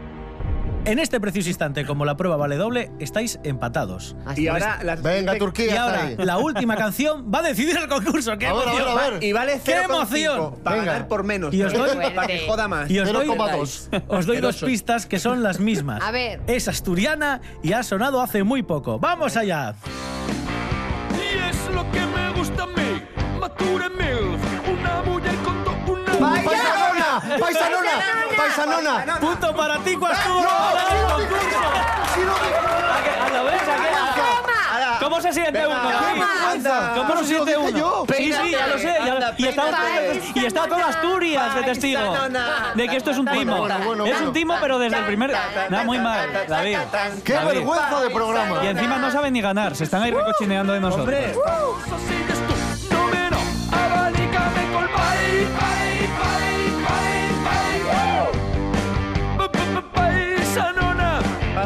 [SPEAKER 6] En este preciso instante, como la prueba vale doble, estáis empatados.
[SPEAKER 13] Y ahora las
[SPEAKER 2] Venga, Turquía.
[SPEAKER 6] Y
[SPEAKER 2] está
[SPEAKER 6] ahora
[SPEAKER 2] ahí.
[SPEAKER 6] la última canción va a decidir el concurso. ¡Qué
[SPEAKER 2] A ver, a
[SPEAKER 6] emoción!
[SPEAKER 2] ver, a ver.
[SPEAKER 13] Y vale
[SPEAKER 6] ¡Qué
[SPEAKER 13] 0,5
[SPEAKER 6] emoción!
[SPEAKER 13] Para
[SPEAKER 2] Venga.
[SPEAKER 13] ganar por menos.
[SPEAKER 6] Y os doy-
[SPEAKER 13] para que joda más.
[SPEAKER 6] Y os doy,
[SPEAKER 2] 0,2.
[SPEAKER 6] os doy dos
[SPEAKER 13] Asqueroso.
[SPEAKER 6] pistas que son las mismas.
[SPEAKER 4] A ver.
[SPEAKER 6] Es asturiana y ha sonado hace muy poco. ¡Vamos allá!
[SPEAKER 8] Y es lo que me gusta a mí. Mature Milf, una mujer con to- una.
[SPEAKER 2] ¡Paisanona! ¡Paisanona! ¡Paisanona!
[SPEAKER 6] ¡Punto para ti, Cuasturo!
[SPEAKER 5] ¿A lo ves? ¿A qué? ¿Cómo se siente
[SPEAKER 13] Venga,
[SPEAKER 5] uno?
[SPEAKER 13] venga,
[SPEAKER 5] Sí.
[SPEAKER 13] anda.
[SPEAKER 5] ¿Cómo se
[SPEAKER 2] Pues lo
[SPEAKER 5] siente
[SPEAKER 2] dije
[SPEAKER 5] uno?
[SPEAKER 2] yo.
[SPEAKER 5] Sí, sí, ya lo sé. ya lo-
[SPEAKER 13] Anda,
[SPEAKER 5] y, está,
[SPEAKER 4] peínate.
[SPEAKER 5] y está toda Asturias de testigo
[SPEAKER 13] Paisanona.
[SPEAKER 5] de que esto es un
[SPEAKER 13] Bueno,
[SPEAKER 5] timo.
[SPEAKER 2] bueno, bueno,
[SPEAKER 5] es
[SPEAKER 2] bueno.
[SPEAKER 5] un timo, pero desde el primer. Nada, muy mal, David.
[SPEAKER 2] ¡Qué
[SPEAKER 5] David.
[SPEAKER 2] vergüenza de programa!
[SPEAKER 5] Y encima no saben ni ganar, se están ahí recochineando de nosotros.
[SPEAKER 13] Hombre,
[SPEAKER 8] Eso sigues tú, número. Abanícame col país, país, país, país, país. Pa- pa- Paisanona.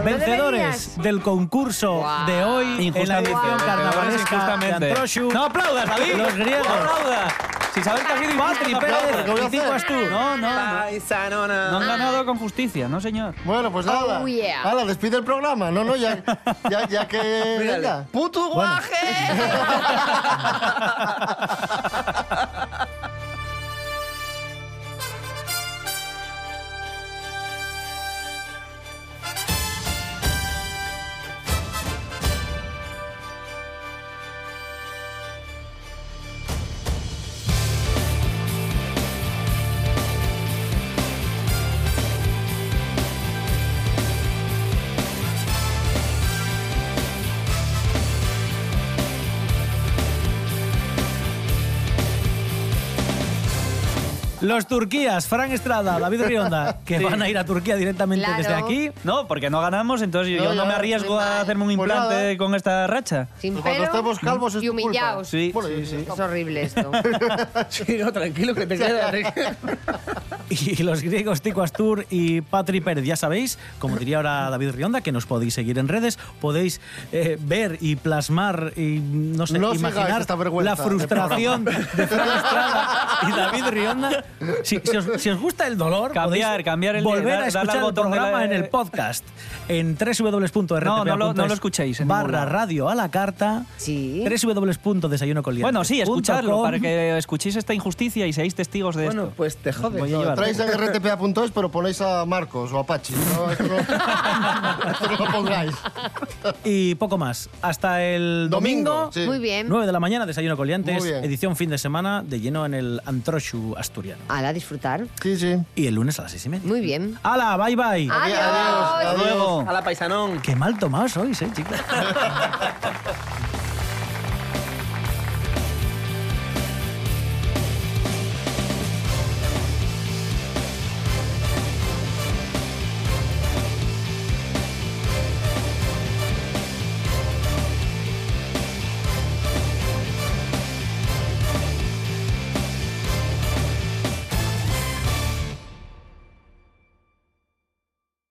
[SPEAKER 6] Vencedores del concurso de hoy en la
[SPEAKER 5] Injustamente.
[SPEAKER 6] edición
[SPEAKER 5] Vencedores
[SPEAKER 6] carnavalesca de
[SPEAKER 5] injustamente.
[SPEAKER 6] Antroshu.
[SPEAKER 5] No aplaudas, David.
[SPEAKER 6] Los griegos.
[SPEAKER 5] No aplaudas. Si sabes que ha sido
[SPEAKER 6] Patri
[SPEAKER 5] injusto, no
[SPEAKER 6] Pérez
[SPEAKER 5] aplaudas.
[SPEAKER 2] voy a
[SPEAKER 6] y Tico
[SPEAKER 2] hacer?
[SPEAKER 6] Astur.
[SPEAKER 5] No, no, no.
[SPEAKER 13] Paisanona.
[SPEAKER 5] No han ganado con justicia, no señor.
[SPEAKER 2] Bueno, pues nada.
[SPEAKER 4] Oh, yeah.
[SPEAKER 2] Hala, despide el programa. No, no, ya, ya, ya que... Venga.
[SPEAKER 13] ¡Puto guaje!
[SPEAKER 6] Los turquías, Fran Estrada, David Rionda, que van a ir a Turquía directamente
[SPEAKER 4] Claro.
[SPEAKER 6] desde aquí.
[SPEAKER 5] No, porque no ganamos, entonces
[SPEAKER 2] No,
[SPEAKER 5] yo no
[SPEAKER 2] ya,
[SPEAKER 5] me arriesgo
[SPEAKER 4] muy mal.
[SPEAKER 5] a hacerme un
[SPEAKER 2] Pues
[SPEAKER 5] implante
[SPEAKER 2] nada.
[SPEAKER 5] con esta racha.
[SPEAKER 4] Sin
[SPEAKER 2] Cuando
[SPEAKER 4] pelo
[SPEAKER 2] estemos calvos es
[SPEAKER 4] y
[SPEAKER 2] tu culpa.
[SPEAKER 4] humillados.
[SPEAKER 5] Sí.
[SPEAKER 2] Bueno, sí, sí.
[SPEAKER 4] Es horrible esto.
[SPEAKER 3] Sí, no, tranquilo, que te queda.
[SPEAKER 6] Y los griegos Tico Astur y Patri Pérez, ya sabéis, como diría ahora David Rionda, que nos podéis seguir en redes, podéis eh, ver y plasmar y no sé,
[SPEAKER 2] No sigáis
[SPEAKER 6] imaginar
[SPEAKER 2] esta vergüenza
[SPEAKER 6] la frustración de Fran Estrada y David Rionda. Si, si os, si os gusta el dolor,
[SPEAKER 5] Cambiar,
[SPEAKER 6] podéis
[SPEAKER 5] cambiar el-
[SPEAKER 6] volver
[SPEAKER 5] dar-
[SPEAKER 6] a
[SPEAKER 5] darle al
[SPEAKER 6] escuchar el
[SPEAKER 5] botón de la-
[SPEAKER 6] programa en el podcast en www.rtpa.es
[SPEAKER 5] No, no lo- no lo escuchéis en ningún
[SPEAKER 6] barra
[SPEAKER 5] lado.
[SPEAKER 6] radio a la carta
[SPEAKER 4] Sí.
[SPEAKER 6] www.desayunocoliantes.com.
[SPEAKER 5] Bueno, sí, escuchadlo para que escuchéis esta injusticia y seáis testigos de
[SPEAKER 3] Bueno,
[SPEAKER 5] esto.
[SPEAKER 3] pues te jodes.
[SPEAKER 5] Voy a
[SPEAKER 3] No,
[SPEAKER 5] llevar.
[SPEAKER 2] Traéis en rtpa.es, pero ponéis a Marcos o a Pachi. No, esto no, esto no lo pongáis.
[SPEAKER 6] Y poco más. Hasta el domingo.
[SPEAKER 2] sí.
[SPEAKER 4] Muy bien.
[SPEAKER 6] 9 de la mañana, desayuno con liantes,
[SPEAKER 2] Muy bien.
[SPEAKER 6] edición fin de semana, de lleno en el Antroshu asturiano.
[SPEAKER 4] Hala, disfrutar.
[SPEAKER 2] Sí, sí.
[SPEAKER 6] Y el lunes a las seis y media.
[SPEAKER 4] Muy bien.
[SPEAKER 6] ¡Hala, bye bye!
[SPEAKER 4] Adiós.
[SPEAKER 2] Adiós.
[SPEAKER 5] Hasta luego.
[SPEAKER 13] A la paisanón.
[SPEAKER 6] ¡Qué mal tomados sois, eh, chicas!